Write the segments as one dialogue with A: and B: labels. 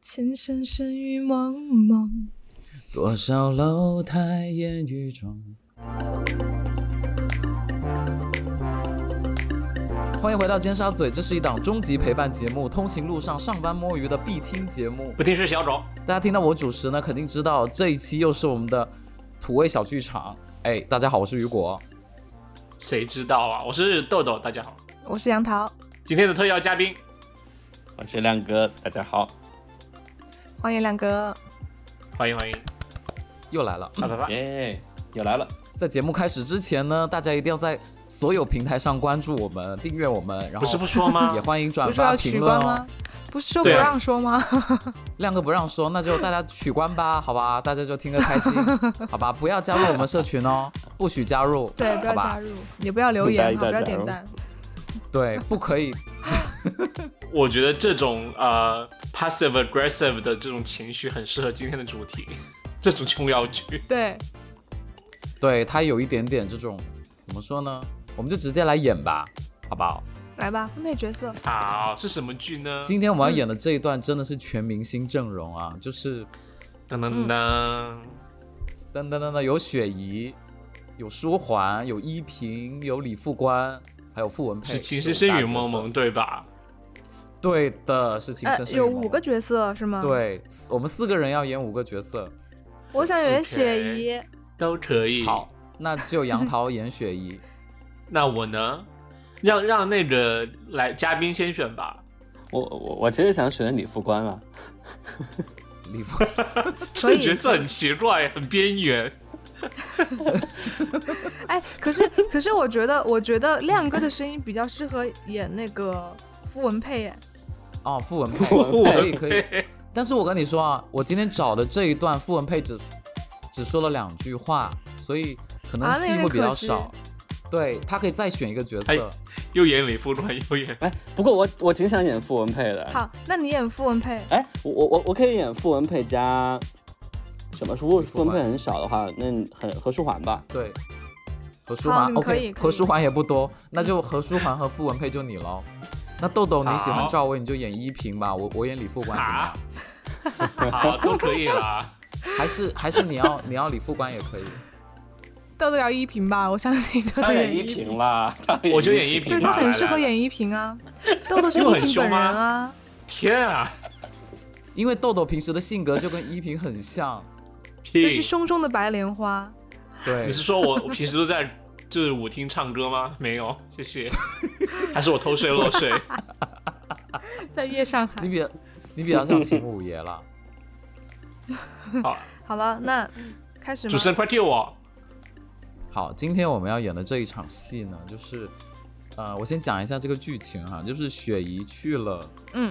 A: 情深深雨蒙蒙。
B: 多少楼台烟雨中。欢迎回到尖沙咀，这是一档终极陪伴节目，通勤路上、上班摸鱼的必听节目。
C: 不定是小种，
B: 大家听到我主持呢，肯定知道这一期又是我们的土味小剧场。哎，大家好，我是雨果。
C: 谁知道啊？我是豆豆，大家好。
A: 我是杨桃，
C: 今天的特邀嘉宾，
D: 我是亮哥，大家好。
A: 欢迎亮哥。
C: 欢迎欢迎，
B: 嗯又来了。
C: 啪啪啪！
D: 耶，又来了，
B: 在节目开始之前呢，大家一定要在所有平台上关注我们、订阅我们，然
C: 不是
B: 后
C: 不说吗
B: 也？欢迎
A: 不
B: 转
A: 是说
B: 发
A: 要
B: 评
A: 取
B: 论
A: 关
B: 哦
A: 吗。？不是说不
C: 对啊
A: 让说吗？
B: 亮哥不让说，那就大家取关吧，好吧，大家就听个开 心，好吧，不要加入我们社群哦，不许加入，
A: 对，不要
B: 好吧
A: 加入，也不要留
D: 不
A: 言，
D: 加
A: 啊
D: 一
A: 哈，不
D: 加
A: 要
D: 加
A: 点
D: 入
A: 赞。
B: 对，不 可以，
C: 我觉得这种呃 passive aggressive 的这种情绪很适合今天的主题，这种琼瑶剧。
A: 对，
B: 对他有一点点这种，怎么说呢？我们就直接来演吧，好不好？
A: 来吧，分配角色。
C: 好，是什么剧呢？
B: 今天我们要演的这一段真的是全明星阵容啊，就是
C: 噔噔噔，
B: 嗯噔噔噔噔，有雪姨，有舒缓，有依萍，有李副官，还有傅文佩，
C: 是《情深深雨蒙蒙》
B: 这种大角色，
C: 对吧？
B: 对的，是情
A: 呃
B: 深，深雨
A: 有
B: 蒙
A: 五
B: 蒙
A: 个角色是吗？，
B: 对，四我们四个人要演五个角色。
A: 我想演
C: OK
A: 雪姨。
C: 都可以。
B: 好，，那 就杨桃演雪姨。
C: 那我呢？让让那个来嘉宾先选吧。
D: 我我我其实想选李副官了，
B: 李峰，
C: 这个角色很奇怪，很边缘。
A: 哎，可是可是，我觉得我觉得亮哥的声音比较适合演那个傅文佩耶。
B: 哦，傅文佩，
D: 傅
B: 可以
D: 文
B: 可以。但是我跟你说啊，我今天找的这一段傅文佩只只说了两句话，所以可能
A: 啊那有
B: 戏
A: 点
B: 会比
A: 可
B: 较
A: 惜
B: 少。对他可以再选一个角色
C: 哎，又演李副官，又演
D: 哎，不过我我挺想演傅文佩的。
A: 好，那你演傅文佩。
D: 哎，我我我我可以演傅文佩加什么？如果
B: 李副
D: 傅
B: 官
D: 文佩很少的话，那很何书桓吧。
B: 对。何书
A: 好
B: 桓
A: 你可以
B: ，OK，
A: 可以
B: 何书桓也不多，那就何书桓和傅文佩就你喽。那豆豆你喜欢
C: 好
B: 赵薇，你就演依萍吧，我我演李副官怎么
C: 啊
B: 样？，
C: 好，都可以啊啦。
B: 还是还是你要你要李副官也可以。
A: 豆豆要依萍吧，我相信豆豆
D: 当然
A: 演
D: 依
A: 依萍。
D: 萍啦，当然
C: 我就演依萍
A: 对他
C: 吧
A: 很
C: 来
A: 适合
C: 来
A: 演依萍啊，豆豆是依
C: 又很
A: 萍本
C: 凶
A: 人
C: 吗
A: 啊。
C: 天啊，
B: 因为豆豆平时的性格就跟依萍很像，
A: 这
C: 屁！
A: 是胸中的白莲花。
B: 对，
C: 你是说我我平时都在就是舞厅唱歌吗？没有，谢谢。 还是我偷税漏 税？
A: 在夜上海
B: 你。比较你比较像秦五爷了。
C: 好，
A: 好了，那开始吗
C: 主？持人快 Q 我。
B: 好，今天我们要演的这一场戏呢，就是，呃，我先讲一下这个剧情哈，就是雪姨去了
A: 嗯，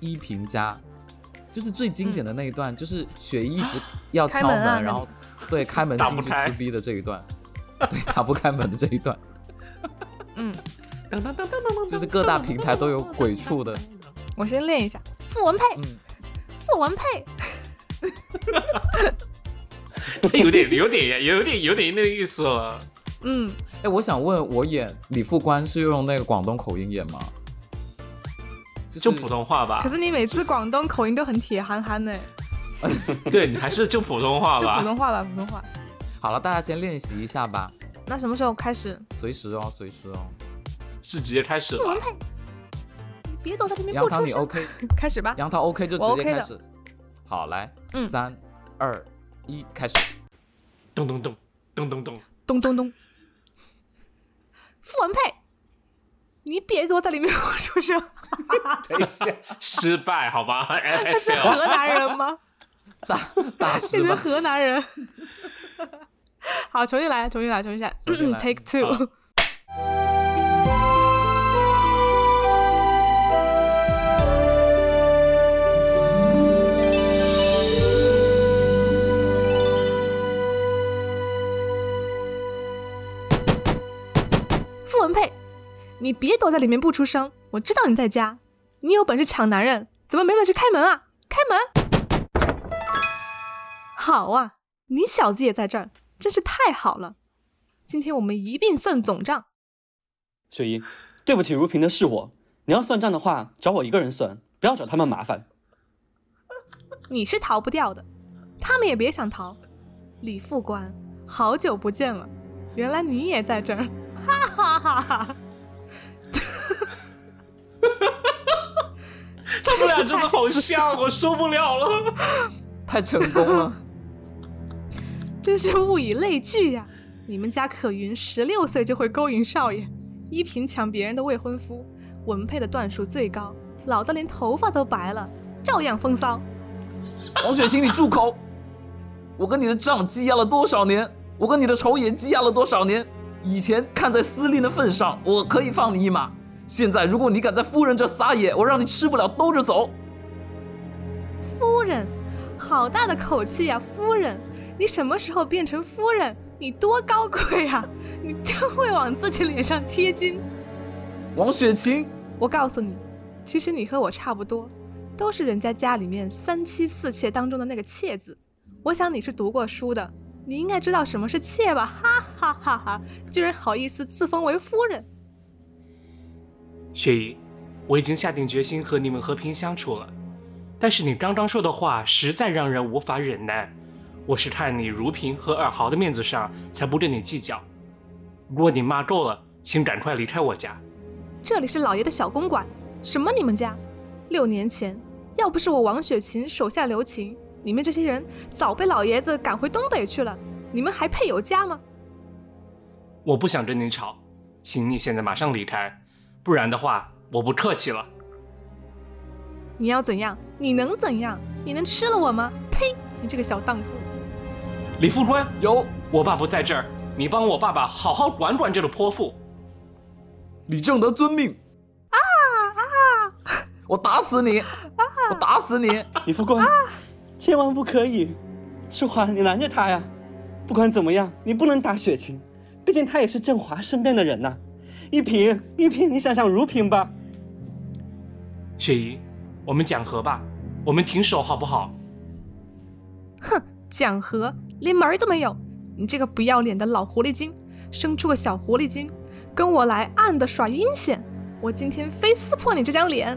B: 依萍家，就是最经典的那一段，就是雪姨一直要
A: 开
B: 敲
A: 门
B: 嗯门，
A: 啊
B: 然后对开门
C: 打
B: 进
C: 不
B: 去
C: 开
B: 撕逼的这一 段，对打不开门的这一段，
A: 嗯，
C: 噔噔噔噔噔噔
B: 就是各大平台都有鬼畜的，
A: 我先练一下。傅文佩，
B: 嗯，
A: 傅文佩，
C: 有点有点有点有点那个意思了。
A: 嗯，
B: 哎，我想问，我演李副官是用那个广东口音演吗？就是
C: 就普通话吧
A: 可，是你每次广东口音都很铁憨憨呢，
C: 对你还是就普通话
A: 就普
C: 吧。
A: 通话吧，普通话。
B: 好了，大家先练习一下吧，
A: 那什么时候开始？
B: 随时哦，随时哦。
C: 是直接开始了。
A: 你别躲在里面
B: 杨
A: 不
B: 桃
A: 出
B: 你
A: 声。
B: OK，
A: 开始吧。
B: 杨桃 OK 就
A: 我
B: 直
A: OK
B: 接
A: 的
B: 开始。好，来，
A: 嗯
B: 三二一，开始。
C: 咚咚咚咚咚咚，
A: 咚咚咚。傅文佩，你别躲在里面不出声。
C: 等一下，失败 好吧哎
A: 是
C: ？FFL
A: 河南人吗？
B: 大大
A: 这
B: 师
A: 是
B: 吧，
A: 河南人。 好，重新来，重新来，重新来。嗯
B: 重新来
A: Take two。傅文佩，你别躲在里面不出声，我知道你在家。你有本事抢男人，怎么没本事开门啊？开门！好啊，你小子也在这儿，真是太好了。今天我们一并算总账。
D: 雪姨，对不起，如萍的是我。你要算账的话，找我一个人算，不要找他们麻烦。
A: 你是逃不掉的，他们也别想逃。李副官，好久不见了，原来你也在这儿，哈哈哈哈！
C: 他们俩真的好像，我受不了了。
B: 太成功 了，
A: 真是物以类聚呀、你们家可云十六岁就会勾引少爷，依萍抢别人的未婚夫，文佩的段数最高，老的连头发都白了，照样风骚。
B: 王雪清，你住口！我跟你的账积压了多少年？我跟你的仇也积压了多少年？以前看在司令的份上，我可以放你一马。现在如果你敢在夫人这撒野，我让你吃不了兜着走。
A: 夫人，好大的口气呀、夫人，你什么时候变成夫人？你多高贵呀、你真会往自己脸上贴金。
B: 王雪清，
A: 我告诉你，其实你和我差不多，都是人家家里面三妻四妾当中的那个妾字。我想你是读过书的，你应该知道什么是妾吧？哈哈哈哈！居然好意思自封为夫人，
C: 雪姨，我已经下定决心和你们和平相处了，但是你刚刚说的话实在让人无法忍耐。我是看你如萍和尔豪的面子上，才不跟你计较。如果你骂够了，请赶快离开我家。
A: 这里是老爷的小公馆，什么你们家？六年前，要不是我王雪琴手下留情，你们这些人早被老爷子赶回东北去了。你们还配有家吗？
C: 我不想跟你吵，请你现在马上离开，不然的话我不客气了。
A: 你要怎样？你能怎样？你能吃了我吗？呸！你这个小荡妇！
C: 李副官，
B: 有
C: 我爸不在这儿，你帮我爸爸好好管管这个泼妇。
B: 李正德遵命。啊啊！我打死你！我打死你！
D: 李副官，千万不可以！淑华，你拦着他呀！不管怎么样，你不能打雪晴，毕竟他也是振华身边的人呐、一萍，一萍，你想想如萍吧。
C: 雪姨，我们讲和吧，我们停手好不好？
A: 讲和，连门儿都没有！你这个不要脸的老狐狸精，生出个小狐狸精，跟我来暗的耍阴险！我今天非撕破你这张脸！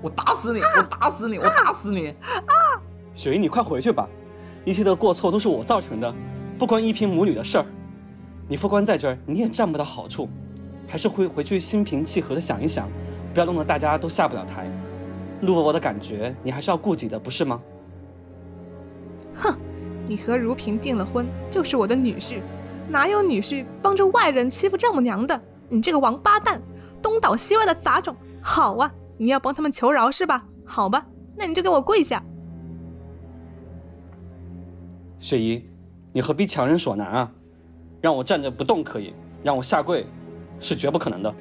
B: 我打死
A: 啊
B: 你！我打死你！我打死你！
D: 雪姨，你快回去吧，一切的过错都是我造成的，不关一萍母女的事儿。你副官在这儿，你也占不到好处，还是回回去心平气和的想一想，不要弄得大家都下不了台。陆伯伯的感觉，你还是要顾及的，不是吗？
A: 你和如萍订了婚，就是我的女婿，哪有女婿帮着外人欺负丈母娘的？你这个王八蛋，东倒西歪的杂种！好啊，你要帮他们求饶是吧？好吧，那你就给我跪下！
D: 雪姨，你何必强人所难啊？让我站着不动可以，让我下跪，是绝不可能的。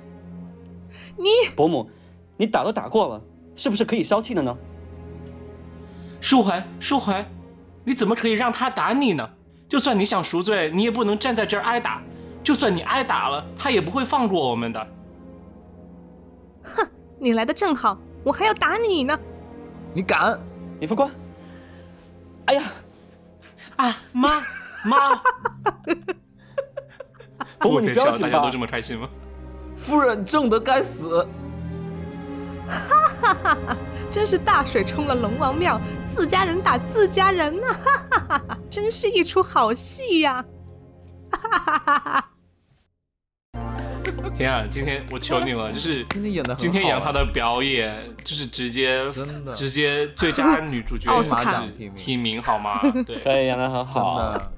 A: 你
D: 伯母，你打都打过了，是不是可以消气了呢？
C: 舒怀，舒怀，你怎么可以让他打你呢？就算你想赎罪，你也不能站在这儿挨打。就算你挨打了，他也不会放过我们的。
A: 你来的正好，我还要打你呢！
B: 你敢？
D: 李副官，哎呀，
C: 啊，妈，妈！
D: 伯 母
C: 我
D: 你
C: 可
D: 不
C: 以笑
D: 要
C: 了，
D: 紧
C: 大
D: 吧
C: 家都这么开心吗？
B: 夫人正德该死！
A: 真是大水冲了龙王庙，自家人打自家人呐、哈哈哈哈！真是一出好戏呀、哈哈哈哈！
C: 天啊，今天我求你了，就是
B: 今天演的很好。
C: 今天
A: 啊
C: 演他的表演，就是直接
B: 真的
C: 直接最佳女主角
A: 奥斯卡
C: 就是提名好吗？对，
D: 可以演得很
B: 真
D: 好。
B: 的，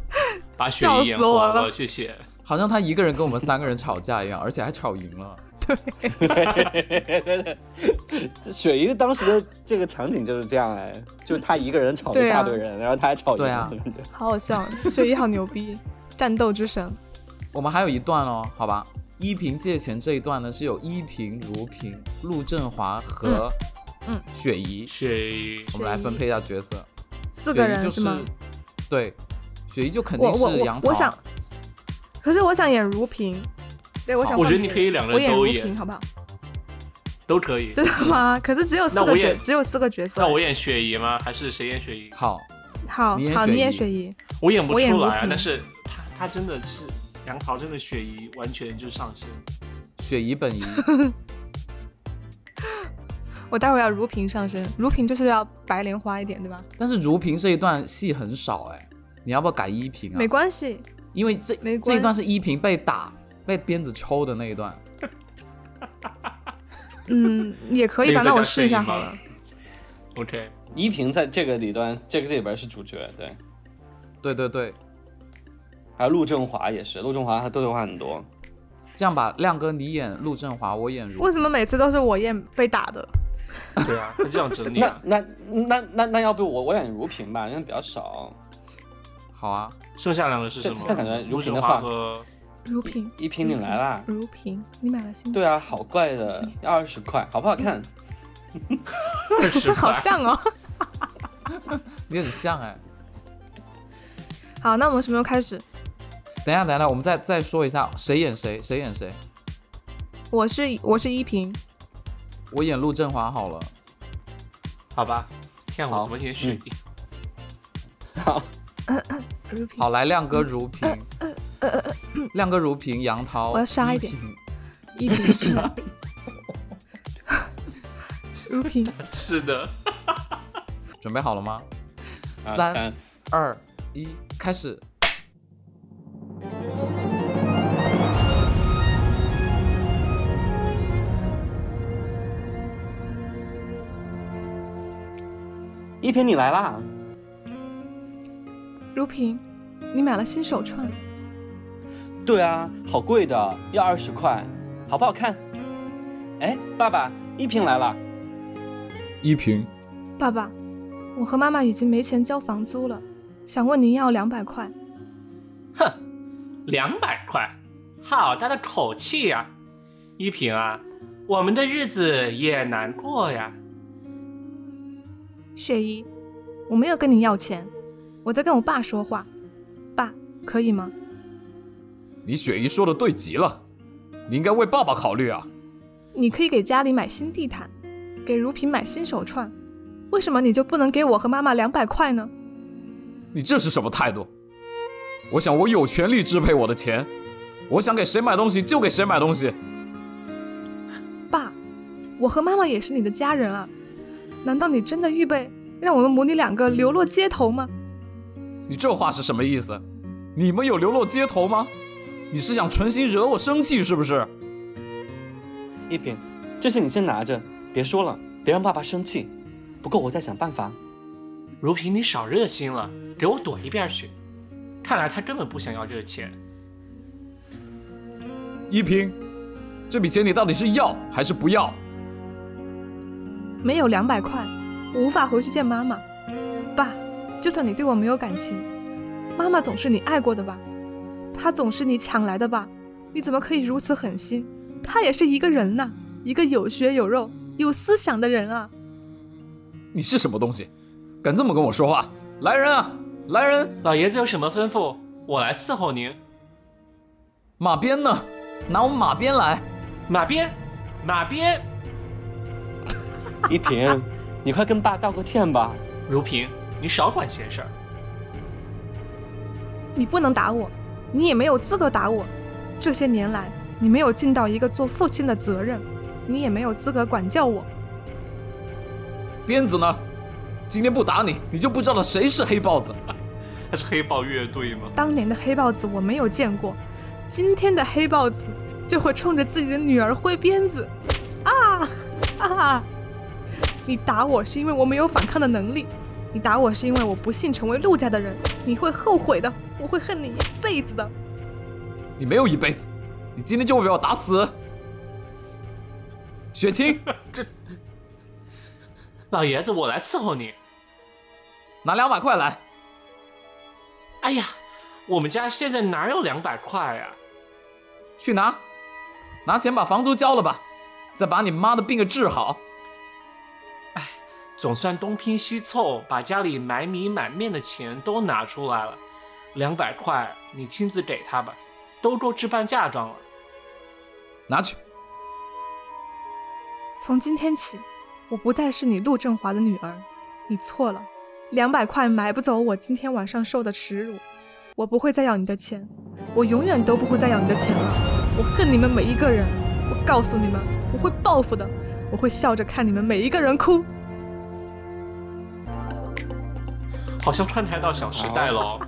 C: 把雪
A: 笑
C: 姨演
A: 死我
C: 活
A: 了
C: 了，谢谢。
B: 好像他一个人跟我们三个人吵架一样，而且还吵赢了。
D: 这雪姨当时的这个场景就是这样哎，就是她一个人吵一
A: 对啊
D: 大堆人，然后她还吵赢
B: 对啊
D: 了，感觉
A: 好好笑，雪姨好牛逼，战斗之神。
B: 我们还有一段哦，好吧？依萍借钱这一段呢，是有依萍、如萍、陆振华和
A: 嗯嗯
B: 雪姨，
C: 雪姨，
B: 我们来分配一下角色。
A: 四
B: 雪
A: 个
B: 姨
A: 人
B: 就是是
A: 吗？
B: 对，雪姨就肯
A: 我
B: 定
A: 我
B: 是杨
A: 我
B: 桃。
A: 我想，可是我想演如萍，对我想
B: 好
A: 换
C: 我
A: 别人。
C: 觉得你可以两个
A: 我
C: 人
A: 演
C: 都
A: 如
C: 演
A: 萍，好不好？
C: 都可以。
A: 真的 吗？可是只有四
C: 那
A: 个
C: 我
A: 角，
C: 演
A: 只有四个角色。
C: 那我演雪姨吗？还是谁演雪姨？
B: 好，
A: 好
B: 你演
A: 好，你
B: 雪
A: 演
B: 姨
A: 雪姨。
C: 我演不
A: 我演
C: 出
A: 如
C: 来啊
A: 萍，
C: 但是他他真的是杨桃，真的雪姨 完全就上身。
B: 雪姨本姨，
A: 我待会儿要如萍上身，如萍就是要白莲花一点，对吧？
C: 啊
B: 但是如萍这一段戏很少哎，你要不要改依萍啊？
A: 没关系，
B: 因为这
A: 没
B: 这一段
A: 关
B: 是依萍被打、被鞭子抽的那一段。
A: 嗯，也可以吧。
C: 那
A: 那
C: 个再
A: 我
C: 加
A: 试一下
C: 声音吧
A: 好了。
C: OK，
D: 依萍在这个里端，这个这里边是主角，对，
B: 对对对，
D: 还有陆振华也是，陆振华他对话很多。
B: 这样吧，亮哥你演陆振华，我演如
A: 为。什么每次都是我演被打的？
C: 对啊，那这样整理
D: 那
C: 啊，
D: 那那那那要不我我演如萍吧，因为比较少。
B: 好啊，
C: 剩下两个是什么
D: 这这感觉？
C: 吴
D: 如萍
C: 振
D: 的
C: 华
D: 话
C: 和
A: 如萍，
D: 依萍你来啦，
A: 如萍，你买了新的？
D: 对啊，好怪的，要二十块，好不好看？
C: 二十
A: 好
C: 块。
A: 像 哦。
B: 你很像哎。
A: 好，那我们什么时候开始？
B: 等一下，等一下，我们再再说一下谁演谁，谁演谁。
A: 我是我是依萍，
B: 我演陆振华好了，
C: 好吧，天啊，我
D: 好
C: 怎么也水？
D: 好，
A: 如萍。
B: 好来亮哥如萍，亮哥如萍，杨桃，
A: 我要杀一遍
B: 依萍
A: 一平是吗？ 如萍，
D: 嗯
C: 是的，
B: 准备好了吗？
D: 啊
B: 三二一，开始。
D: 依萍你来啦，
A: 如萍，你买了新手串，
D: 对啊，好贵的，要二十块，好不好看？哎，爸爸，依萍来了，
B: 依萍，
A: 爸爸，我和妈妈已经没钱交房租了，想问您要两百块。
C: 哼，两百块，好大的口气呀、依萍啊，我们的日子也难过呀。
A: 雪姨，我没有跟你要钱，我在跟我爸说话，爸，可以吗？
B: 你雪姨说的对极了，你应该为爸爸考虑啊。
A: 你可以给家里买新地毯，给如萍买新手串，为什么你就不能给我和妈妈两百块呢？
B: 你这是什么态度？我想我有权利支配我的钱，我想给谁买东西就给谁买东西。
A: 爸，我和妈妈也是你的家人啊，难道你真的预备让我们母女两个流落街头吗？
B: 你这话是什么意思？你们有流落街头吗？你是想存心惹我生气是不是？
D: 依萍，这些你先拿着，别说了，别让爸爸生气。不过我再想办法。
C: 如萍，你少热心了，给我躲一边儿去。看来他根本不想要这个钱。
B: 依萍，这笔钱你到底是要还是不要？
A: 没有两百块，我无法回去见妈妈。爸，就算你对我没有感情，妈妈总是你爱过的吧？她总是你抢来的吧？你怎么可以如此狠心？她也是一个人呐、一个有血有肉、有思想的人啊！
B: 你是什么东西？敢这么跟我说话？来人啊，来人！
C: 老爷子有什么吩咐，我来伺候您。
B: 马鞭呢？拿我们马鞭来！
C: 马鞭，马鞭。
D: 依萍，你快跟爸道个歉吧。
C: 如萍，你少管闲事儿。
A: 你不能打我，你也没有资格打我。这些年来，你没有尽到一个做父亲的责任，你也没有资格管教我。
B: 鞭子呢？今天不打你，你就不知道谁是黑豹子。
C: 他是黑豹乐队吗？
A: 当年的黑豹子我没有见过，今天的黑豹子就会冲着自己的女儿挥鞭子，啊啊！你打我是因为我没有反抗的能力，你打我是因为我不幸成为陆家的人，你会后悔的，我会恨你一辈子的。
B: 你没有一辈子，你今天就会被我打死。雪 清，
C: 老爷子，我来伺候你。
B: 拿两百块来。
C: 哎呀，我们家现在哪有两百块啊呀、
B: 去拿，拿钱把房租交了吧，再把你妈的病给治好。
C: 总算东拼西凑，把家里买米买面的钱都拿出来了。两百块，你亲自给他吧，都够置办嫁妆了。
B: 拿去，
A: 从今天起，我不再是你陆振华的女儿，你错了。两百块买不走我今天晚上受的耻辱，我不会再要你的钱，我永远都不会再要你的钱了。我恨你们每一个人，我告诉你们，我会报复的，我会笑着看你们每一个人哭。
C: 好像串台到《小时代》了哦。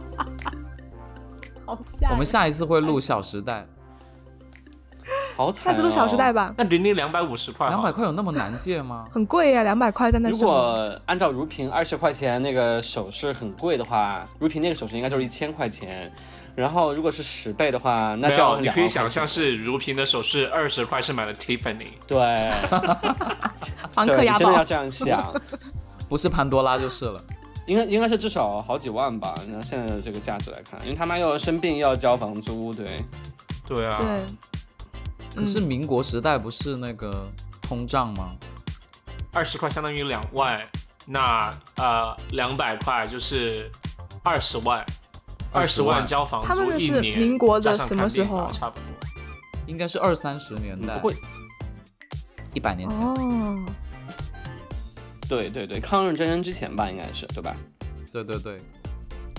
A: 好吓哦
B: 我们下一次会录《小时
D: 啊
B: 代
D: 好惨、
A: 下
D: 哦。
A: 次录《小时代》。吧，
C: 那零零两百五十块》，
B: 两百
C: 哈，
B: 块有那么难借吗？
A: 很贵呀、两百块在那
D: 如
A: 上面。
D: 果按照如萍二十块钱那个首饰很贵的话，如萍那个首饰应该就是一千块钱。然后如果是十倍的话，那
C: 没
D: 就
C: 有，
D: 要
C: 你
D: 两
C: 可以
D: 万
C: 想
D: 块钱
C: 象是如萍的首饰二十块是买了 Tiffany，
D: 对，
A: 房
D: 对，
A: 客
D: 你
A: 押
D: 真的要
A: 宝，
D: 这样想，
B: 不是潘多拉就是了。
D: 应该应该是至少好几万吧。那现在的这个价值来看，因为他妈又生病又要交房租，对，
C: 对啊，
A: 对，嗯
D: 嗯
B: 可是民国时代不是那个通胀吗？
C: 二十块相当于两万，那呃两百块就是二十万，二十
B: 万
C: 万交房
A: 他们
C: 租
A: 的
C: 一
A: 是
C: 年，
A: 民国的
C: 加上
A: 什么
C: 看病
A: 时候啊
C: 吧差不多。
B: 应该是二三十
A: 嗯
B: 年代，
D: 嗯不过
B: 一百年前。
A: 哦，
D: 对对对，抗日战争之前吧，应该是对吧？
B: 对对对，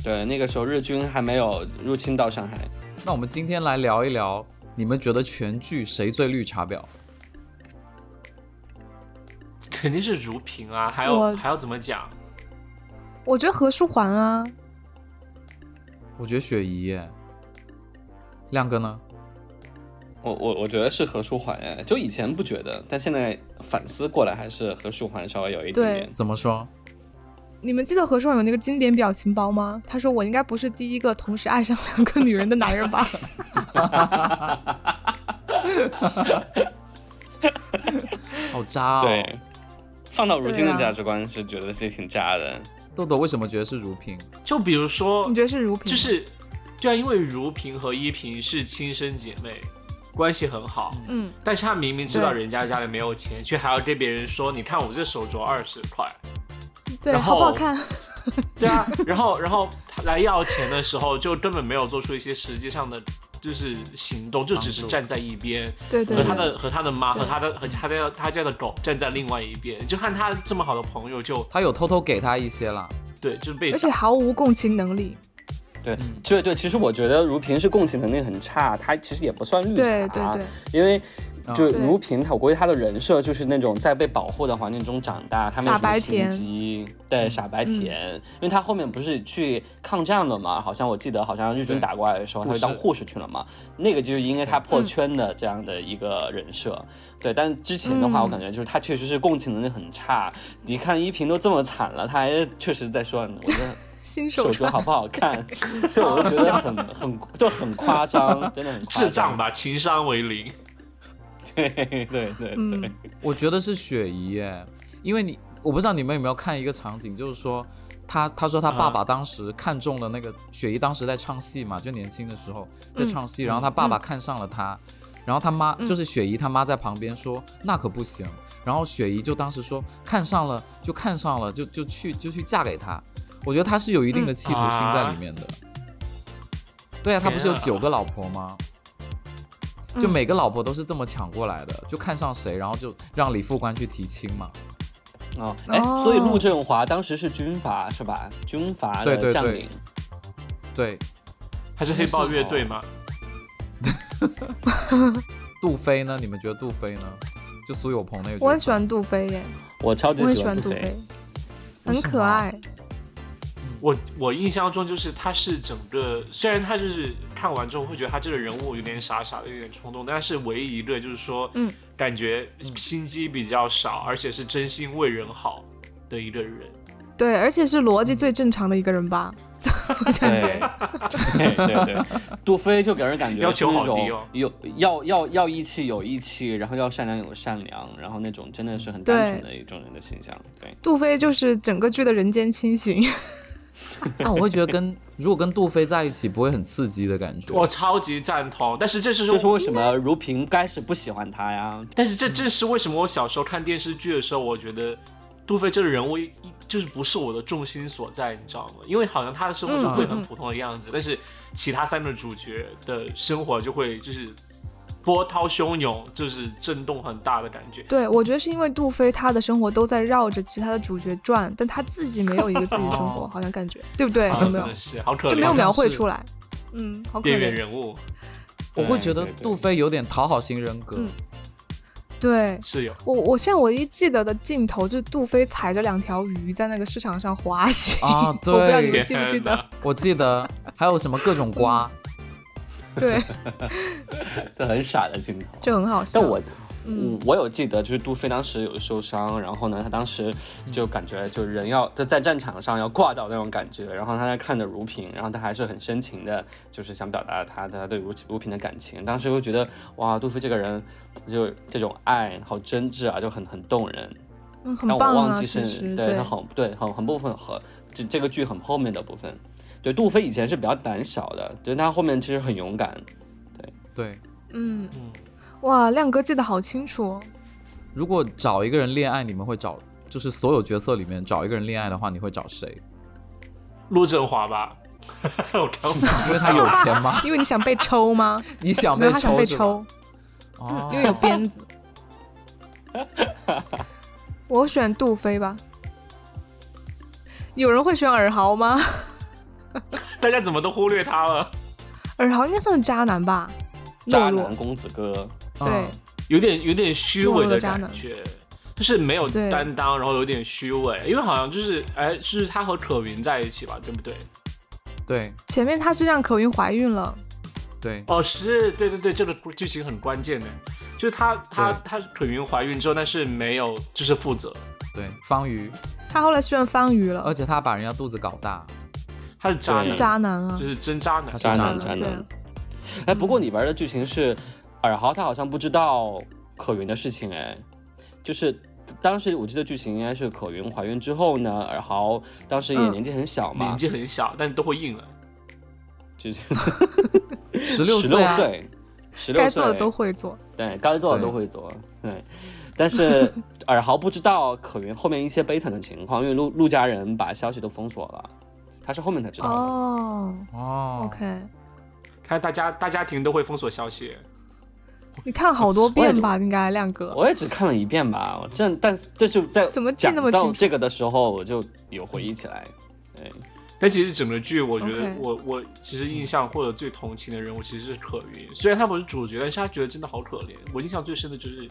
D: 对，那个时候日军还没有入侵到上海。
B: 那我们今天来聊一聊，你们觉得全剧谁最绿茶婊？
C: 肯定是如萍啊，还
A: 我
C: 要还要怎么讲？
A: 我觉得何书桓啊，
B: 我觉得雪姨耶。亮哥呢？
D: 我我我觉得是何书桓哎，就以前不觉得，但现在反思过来，还是何书桓稍微有一点
A: 对
D: 点。
B: 怎么说？
A: 你们记得何书桓有那个经典表情包吗？他说我应该不是第一个同时爱上两个女人的男人吧？
B: 好渣哦！
D: 对，放到如今
A: 对
D: 的
A: 啊嗯
D: 价值观是觉得是挺渣的。
B: 豆豆为什么觉得是如萍？
C: 就比如 说，
A: 你觉得是如萍？
C: 就是，对啊，因为如萍和依萍是亲生姐妹，关系很好，
A: 嗯，
C: 但是她明明知道
A: 对
C: 人家家里没有钱，却还要跟别人说，你看我这手镯二十块，
A: 对，
C: 然后
A: 好不好看？
C: 对啊，然后然后她来要钱的时候，就根本没有做出一些实际上的。就是行动，就只是
B: 帮助
C: 站在一边，
A: 对对
C: 和
A: 对
C: 她的和她的妈和
A: 对
C: 她的和她的她家的狗站在另外一边，就看她这么好的朋友就
B: 他有偷偷给他一些啦。
C: 对就被
A: 而且毫无共情能力。
D: 对
B: 嗯
D: 对对，其实我觉得如萍是共情能力很差，她其实也不算绿茶，
A: 对对对，
D: 因为
B: 啊
D: 就
A: 对
D: 如萍，她我估计她的人设就是那种在被保护的环境中长大，她没有
A: 傻白
D: 什
A: 甜
D: 么心机，对傻白
A: 嗯
D: 甜，因为她后面不是去抗战了嘛，好像我记得好像日军
B: 对
D: 打过来的时候，她
B: 护
D: 就当
B: 士
D: 护士去了嘛，那个就是应该她
B: 对
D: 破
A: 嗯
D: 圈的这样的一个人设，对，但之前的话，我
A: 嗯
D: 感觉就是她确实是共情能力很差，你看依萍都这么惨了，她还确实在说，我觉得。
A: 新手
D: 手镯
A: 穿
D: 好不好 看？对，我就觉得很很就很夸张，真的很夸张
C: 智障。吧，情商为零。
D: 对对对对，
A: 嗯
B: 我觉得是雪姨耶，因为你我不知道你们有没有看一个场景，就是说他他说他爸爸当时看中了那个、雪姨，当时在唱戏嘛，就年轻的时候在唱戏，然后他爸爸看上了她。然后他妈
A: 嗯
B: 就是雪姨，他妈在旁边说、那可不行。然后雪姨就当时说看上了就看上了，就就去就去嫁给他。我觉得他是有一定的企图心在里面的。对啊，他不是有
C: 天啊
B: 九个老婆吗？
A: 嗯
B: 就每个老婆都是这么抢过来的，就看上谁，然后就让李副官去提亲嘛。
D: 哦，哎，
A: 哦
D: 所以陆振华当时是军阀是吧？军阀
B: 对
D: 的
B: 对
D: 将
B: 对
D: 领。
B: 对，
C: 还是黑豹乐队吗？
B: 杜飞呢？你们觉得杜飞呢？就苏有朋那个角色，
A: 我很喜欢杜飞耶，
D: 我超级
A: 我很
D: 喜
A: 喜
D: 欢
A: 欢杜
D: 杜
A: 飞，，
D: 飞
B: 为
A: 很
B: 什
A: 可
B: 么
A: 爱。
C: 我我印象中就是他是整个，虽然他就是看完之后会觉得他这个人物有点傻傻的，有点冲动，但是唯一一个就是说，
A: 嗯，
C: 感觉心机比较少，而且是真心为人好的一个人。
A: 对，而且是逻辑最正常的一个人吧。我感觉
D: 对对 对对，杜飞就给人感觉
C: 要求
D: 是那
C: 好低
D: 种
C: 哦
D: 有要要要义气有义气，然后要善良有善良，然后那种真的是很
A: 对
D: 单纯的一种人的形象。对，
A: 杜飞就是整个剧的人间清醒。
B: 那啊我会觉得跟 如果跟杜飞在一起不会很刺激的感觉。
C: 我超级赞同，但是这是
D: 这是为什么如萍开始不喜欢他呀？
C: 但是这正是为什么我小时候看电视剧的时候，我觉得杜飞这个人物一一就是不是我的重心所在，你知道吗？因为好像他的生活就会很普通的样子，但是其他三个主角的生活就会就是波涛汹涌，就是震动很大的感觉。
A: 对，我觉得是因为杜飞他的生活都在绕着其他的主角转，但他自己没有一个自己的生活，
B: 哦
A: 好像感觉对不对？
C: 啊，
A: 有嗯
C: 真
A: 没有
C: 的？是好可
A: 就没有
C: 怜，
A: 描绘
B: 是
A: 出来。嗯，好可
C: 边缘
A: 怜。
C: 人物。
B: 我会觉得
D: 对对对
B: 杜飞有点讨好型人格，
A: 嗯对
C: 是有。
A: 我我现在唯一记得的镜头就是杜飞踩着两条鱼在那个市场上滑行
B: 啊
A: 我不知道你嗯
B: 对
A: 们记不记
C: 天哪
A: 得？
B: 我记得 还有什么各种瓜，
A: 对，
D: 这很傻的镜头。
A: 就很好笑。
D: 但我，嗯，我有记得，就是杜飞当时有受伤，然后呢，他当时就
A: 嗯
D: 感觉就人要就在战场上要挂掉那种感觉，然后他在看着如萍，然后他还是很深情的，就是想表达他他对如如萍的感情。当时就觉得哇，杜飞这个人就这种爱好真挚啊，就很很动人。
A: 嗯，很
D: 但我
A: 棒
D: 忘
A: 啊，其
D: 记是
A: 实
D: 对他很对很很部分和这这个剧很后面的部分。对，杜飞以前是比较胆小的，就是他后面其实很勇敢。
B: 对。
A: 嗯
C: 嗯，
A: 哇，亮哥记得好清楚哦。
B: 如果找一个人恋爱，你们会找，就是所有角色里面找一个人恋爱的话，你会找谁？
C: 陆振华吧， 我刚
B: 因为他有 钱吗？
A: 因为你想被抽吗？
B: 你想
A: 没有，
B: 哦被
A: 他想被
B: 抽是吧？
A: 抽，嗯
B: 哦
A: 因为有鞭子。我选杜飞吧。有人会选尔豪吗？
C: 大家怎么都忽略他了，
A: 尔豪应该算是渣男吧，
D: 渣
A: 懦弱
D: 男。公子哥，
A: 对
B: 嗯，
C: 有点有点虚
A: 懦
C: 伪的
A: 弱的渣
C: 感
A: 男
C: 觉，就是没有
A: 对
C: 担当，然后有点虚伪，因为好像就是哎，是他和可云在一起吧，对不对？
B: 对
A: 前面他是让可云怀孕了，
B: 对
C: 哦，是对对对，这个剧情很关键的，就是她她她可云怀孕之后，但是没有就是负责，
B: 对，方瑜，
A: 他后来选方瑜了
B: 而，且他把人家肚子搞大，
C: 她是渣
D: 对
A: 是
C: 男，
A: 渣男啊
C: 嗯就。是真渣男
B: 他，是
D: 渣
B: 男
D: 男，渣
A: 对
D: 男。哎，不过
A: 嗯
D: 里边的剧情是，尔豪他好像不知道可云的事情，哎，就是当时我记得剧情应该是可云怀孕之后呢，尔豪当时也
A: 嗯
D: 年纪很小嘛，
C: 年纪很小，但都会硬了。
D: 就是
B: 十
D: 六
B: 六啊，
D: 岁，十六
A: 该
D: 岁
A: 做的都会做。
D: 对，该做的都会做，对。但是尔豪不知道可云后面一些悲惨的情况，因为陆陆家人把消息都封锁了，他是后面才知道的。
A: 哦
B: 哦
A: ，OK，
C: 看大家大家庭都会封锁消息，
A: 你看好多遍吧？应该亮哥，
D: 我也只看了一遍吧，我这但这就在
A: 怎么记
D: 讲
A: 那么清
D: 到
A: 楚
D: 这个的时候，我就有回忆起来。对，
C: 但其实整个剧，我觉得
A: OK
C: 我我其实印象或者最同情的人物其实是可云，虽然他不是主角，但是他觉得真的好可怜。我印象最深的就是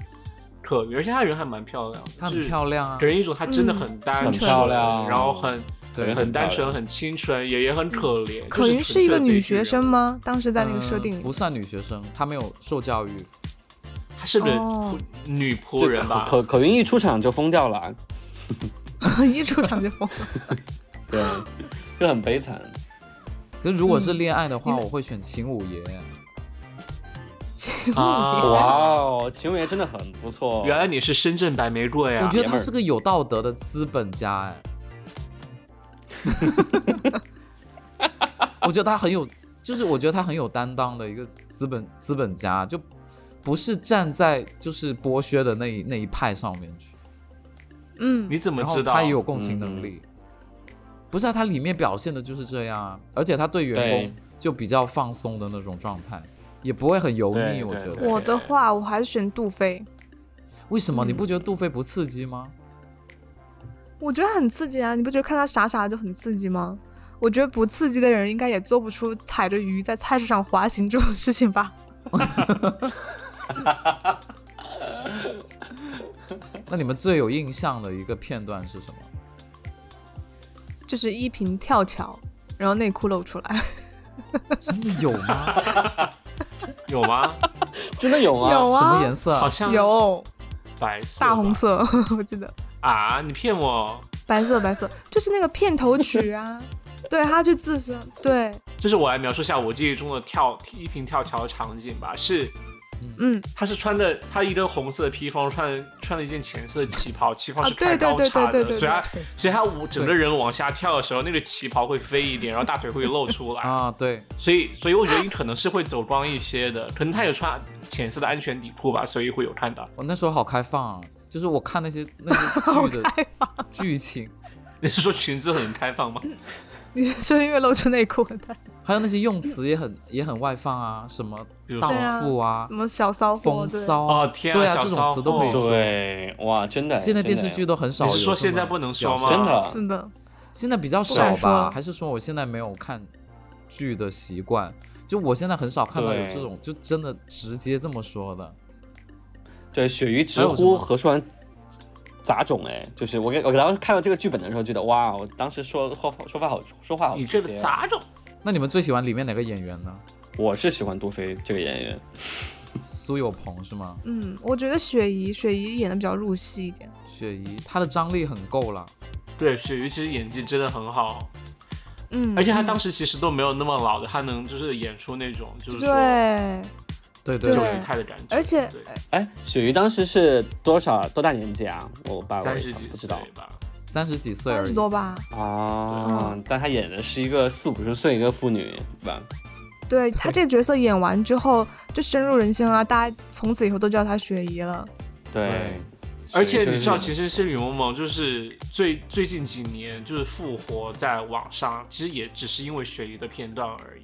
C: 可云，而且她人还蛮漂亮的，
B: 她很
C: 就是
B: 漂亮啊
C: 给，人一种她
A: 嗯
C: 真的很单
A: 很
C: 纯，
D: 漂亮
C: 然后很
B: 对
D: 人
C: 很
D: 很
C: 单
D: 漂
C: 纯、
D: 亮
C: 很清纯，也也很可怜。
A: 嗯可云一
C: 就是纯粹
A: 个
C: 的悲
A: 女
C: 剧
A: 学生
C: 人物？
A: 吗？当时在那个设定
B: 嗯
A: 里
B: 不，算女学生，她没有受教育，
C: 她是个
A: 哦
C: 仆女仆人吧？
D: 可可可云一出场就疯掉了，
A: 一出场就疯了。
D: 对， 就很悲惨。
B: 可是如果是
A: 嗯
B: 恋爱的话，
A: 你们
B: 我会选秦五爷。
C: 啊
D: 哇哦，秦五爷真的很不错。哦
C: 原来你是深圳白玫瑰
B: 我
C: 啊！
B: 觉
D: 爷
B: 得
D: 们
B: 他
D: 儿
B: 是个有道德的资本家，哎， 我觉得他很有，就是我觉得他很有担当的一个资本资本家，就不是站在就是剥削的那一那一派上面去，
A: 嗯
C: 你，怎么
B: 然后
C: 知道？嗯
B: 他也有共情能力，不是啊，他里面表现的就是这样啊，而且他对员
D: 对
B: 工就比较放松的那种状态，也不会很油腻，
D: 对
B: 我
D: 对
B: 觉得
D: 对。
A: 我的话我还是选杜飞，
B: 为什么你
A: 嗯
B: 不觉得杜飞不刺激吗？
A: 我觉得很刺激啊！你不觉得看他傻傻的就很刺激吗？我觉得不刺激的人应该也做不出踩着鱼在菜市场滑行这种事情吧？
B: 那你们最有印象的一个片段是什么？
A: 就是依萍跳桥，然后内裤露出来，
B: 真的有吗？
C: 有吗？
D: 真的有吗？
A: 有
B: 什么
A: 啊，
B: 颜色
C: 好
B: 啊？
C: 像
A: 有
C: 白色吧、
A: 大红色， 我记得
C: 啊！你骗我！
A: 白色白色，就是那个片头曲啊。对，他去自身，对，
C: 就是我来描述一下我记忆中的跳一平跳桥的场景吧，是
A: 嗯，
C: 他是穿的他一个红色的披风，穿的穿了一件浅色的旗袍，旗袍
A: 啊
C: 是开
A: 对对
C: 高
A: 对
C: 叉
A: 对
C: 的，
A: 对对
C: 所以他
A: 对
C: 所以他我整个人往下跳的时候，那个旗袍会飞一点，然后大腿会露出 来，
B: 啊，对，
C: 所以所以我觉得你可能是会走光一些的，可能他有穿浅色的安全底裤吧，所以会有看到。
B: 我那时候好开放啊，就是我看那些那些剧的剧情，
C: 你是说裙子很开放吗？
A: 你是因为露出内裤很大，
B: 还有那些用词也很也很外放啊，什么
C: 比如说
B: 荡妇啊
A: 什、么小骚货，
B: 风
A: 对，
B: 骚
C: 哦
B: 啊，
C: 天啊
B: 对
C: 小
B: 这
C: 骚
B: 种词都可以
C: 货
B: 说。
D: 对，哇，真的。
B: 现在电视
D: 真的
B: 剧都很少有
C: 你
B: 这
C: 是
B: 么。
C: 说现在不能说吗？
D: 真的
A: 是的，
B: 现在比较
A: 不
B: 少
A: 敢说
B: 吧？
A: 了
B: 还是说我现在没有看剧的习惯？就我现在很少看到有这种，就真的直接这么说的。
D: 对，鳕鱼直
B: 还有什么
D: 呼何书桓杂种哎，就是我给我当时看到这个剧本的时候，觉得哇，哦我当时说说说话好说话好
C: 你这个
D: 直接
C: 杂种！
B: 那你们最喜欢里面哪个演员呢？
D: 我是喜欢杜飞这个演员，
B: 苏有朋是吗？
A: 嗯，我觉得雪姨雪姨演的比较入戏一点。
B: 雪姨，她的张力很够了。
C: 对，鳕鱼其实演技真的很好，
A: 嗯，
C: 而且他当
A: 时
C: 时其实都没有那么老的，他能就是演出那种就是说
A: 对，
B: 对
A: 对
C: 旧
B: 对，
C: 人派的感觉，
A: 而且呃
C: 对
D: 哎，鳕鱼当时是多少多大年纪啊？我爸我
C: 三
D: 也
C: 十
D: 想
C: 几
D: 不知
C: 岁
D: 道
C: 吧，
B: 三十几岁
A: 三
B: 而
A: 十
B: 已。
A: 多吧？
D: 啊，但他演的是一个四五十岁一个妇女，对吧？
A: 对他这个角色演完之后就深入人心啊，大家从此以后都叫她雪姨了。
D: 对
B: 对，
C: 而且你知道，
D: 实
C: 其实《仙女萌萌》就是最最近几年就是复活在网上，其实也只是因为鳕鱼的片段而已。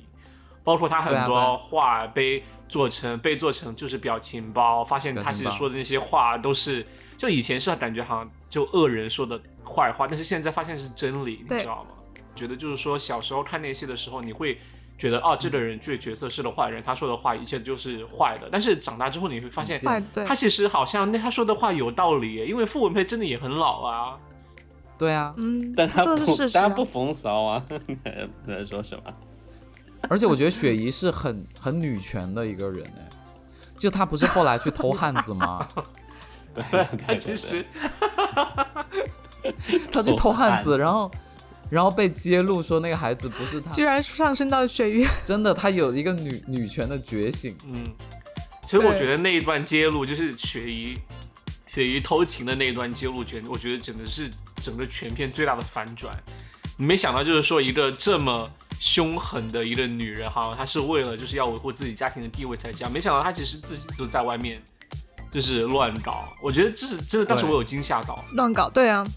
C: 包括他很
B: 对啊对啊
C: 多话被做成被做成就是表情包，发现他
B: 表情
C: 其实
B: 包
C: 说的那些话都是，就以前是感觉好像就恶人说的坏话，但是现在发现是真理，你
A: 对
C: 知道吗？觉得就是说小时候看那些的时候，你会觉得啊，
B: 嗯
C: 这个人这个角色是个坏人，他说的话一切就是坏的。但是长大之后你会发现，
A: 坏对
C: 他，其实好像那他说的话有道理耶，因为傅文佩真的也很老啊。
B: 对啊，
A: 嗯，
D: 但他
A: 说
D: 不
A: 的是事实、
D: 但
A: 啊。
D: 他不风骚啊， 你还你在说什么？
B: 而且我觉得雪姨是很很女权的一个人哎，就她不是后来去偷汉子 吗？
D: 对
C: 他
D: 对
C: 其
D: 对
C: 实
D: 对，
B: 她去偷汉子，然后然后被揭露说那个孩子不是她，
A: 居然上升到雪姨，
B: 真的她有一个女女权的觉醒。
C: 嗯，其实我
A: 对
C: 觉得那一段揭露就是雪姨，雪姨偷情的那一段揭露，觉得我觉得真的是整个全片最大的反转。你没想到就是说一个这么凶狠的一个女人哈，她是为了就是要维护自己家庭的地位才这样，没想到她其实自己就在外面就是乱搞。我觉得这是真的，当时
B: 对
C: 我有惊吓到。
A: 乱搞，对啊，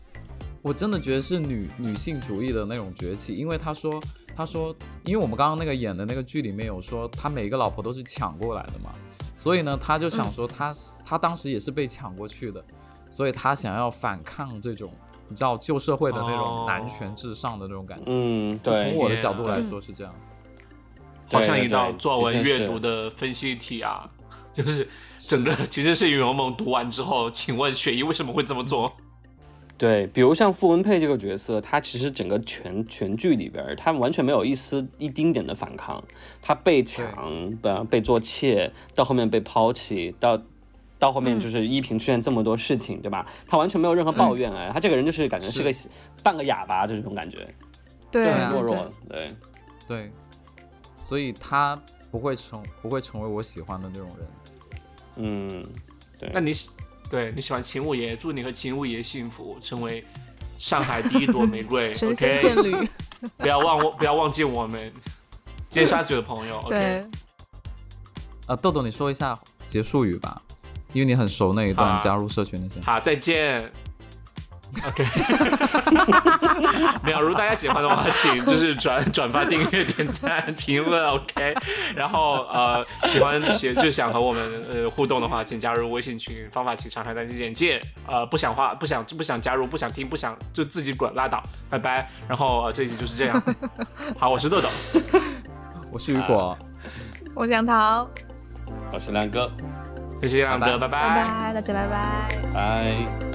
B: 我真的觉得是女女性主义的那种崛起，因为她说她说，因为我们刚刚那个演的那个剧里面有说，她每一个老婆都是抢过来的嘛，所以呢，她就想说她是她当时也是被抢过去的，所以她想要反抗这种你知道旧社会的那
C: 哦
B: 种男权至上的那种感觉。
D: 嗯，
B: 就从
D: 对，
B: 我的角度来
A: 对
B: 说是这样，
C: 好
D: 对
C: 像
D: 对
C: 一道
D: 对
C: 作文
D: 的确
C: 阅读
D: 是
C: 的分析题啊， 就是整个其实是雨蒙蒙读完之后，请问雪姨为什么会这么做？
D: 对，比如像傅文佩这个角色，他其实整个全全剧里边儿，他完全没有一丝一丁点的反抗。他被抢，被被做妾，到后面被抛弃，到到后
A: 嗯
D: 面就是依萍出现这么多事情，对吧？他完全没有任何抱怨哎，他这个人就是感觉是
B: 是
D: 个半个哑巴这种感觉，
A: 对
B: 对
D: 就很
B: 啊
A: 对
D: 懦弱
A: 对，。
D: 对，
B: 对，所以她不会成不会成为我喜欢的那种人。
D: 嗯，对。
C: 那你喜 对你喜欢秦五爷，祝你和秦五爷幸福，成为上海第一朵玫 瑰
A: 神仙眷
C: ，OK？
A: 侣，
C: 不要忘我，不要忘记我们尖沙咀的朋友 ，OK？
A: 对，
B: 啊，豆豆，你说一下结束语吧，因为你很熟那一段、
C: 啊
B: 加入社群那些。
C: 好，再见。OK，没有。如果大家喜欢的话，请就是转转发、订阅、点赞、评论，OK。然后呃，喜欢写就想和我们呃互动的话，请加入微信群，方法请上看单击简介。呃，不想话，不想不想加入，不想听，不想就自己滚拉倒，拜拜。然后、呃、这一集就是这样。好，我是豆豆，
B: 我是雨果，
A: 我是杨桃，
D: 我是亮哥，
C: 谢谢亮哥，
B: 拜
A: 拜拜，大家拜拜。
D: 拜。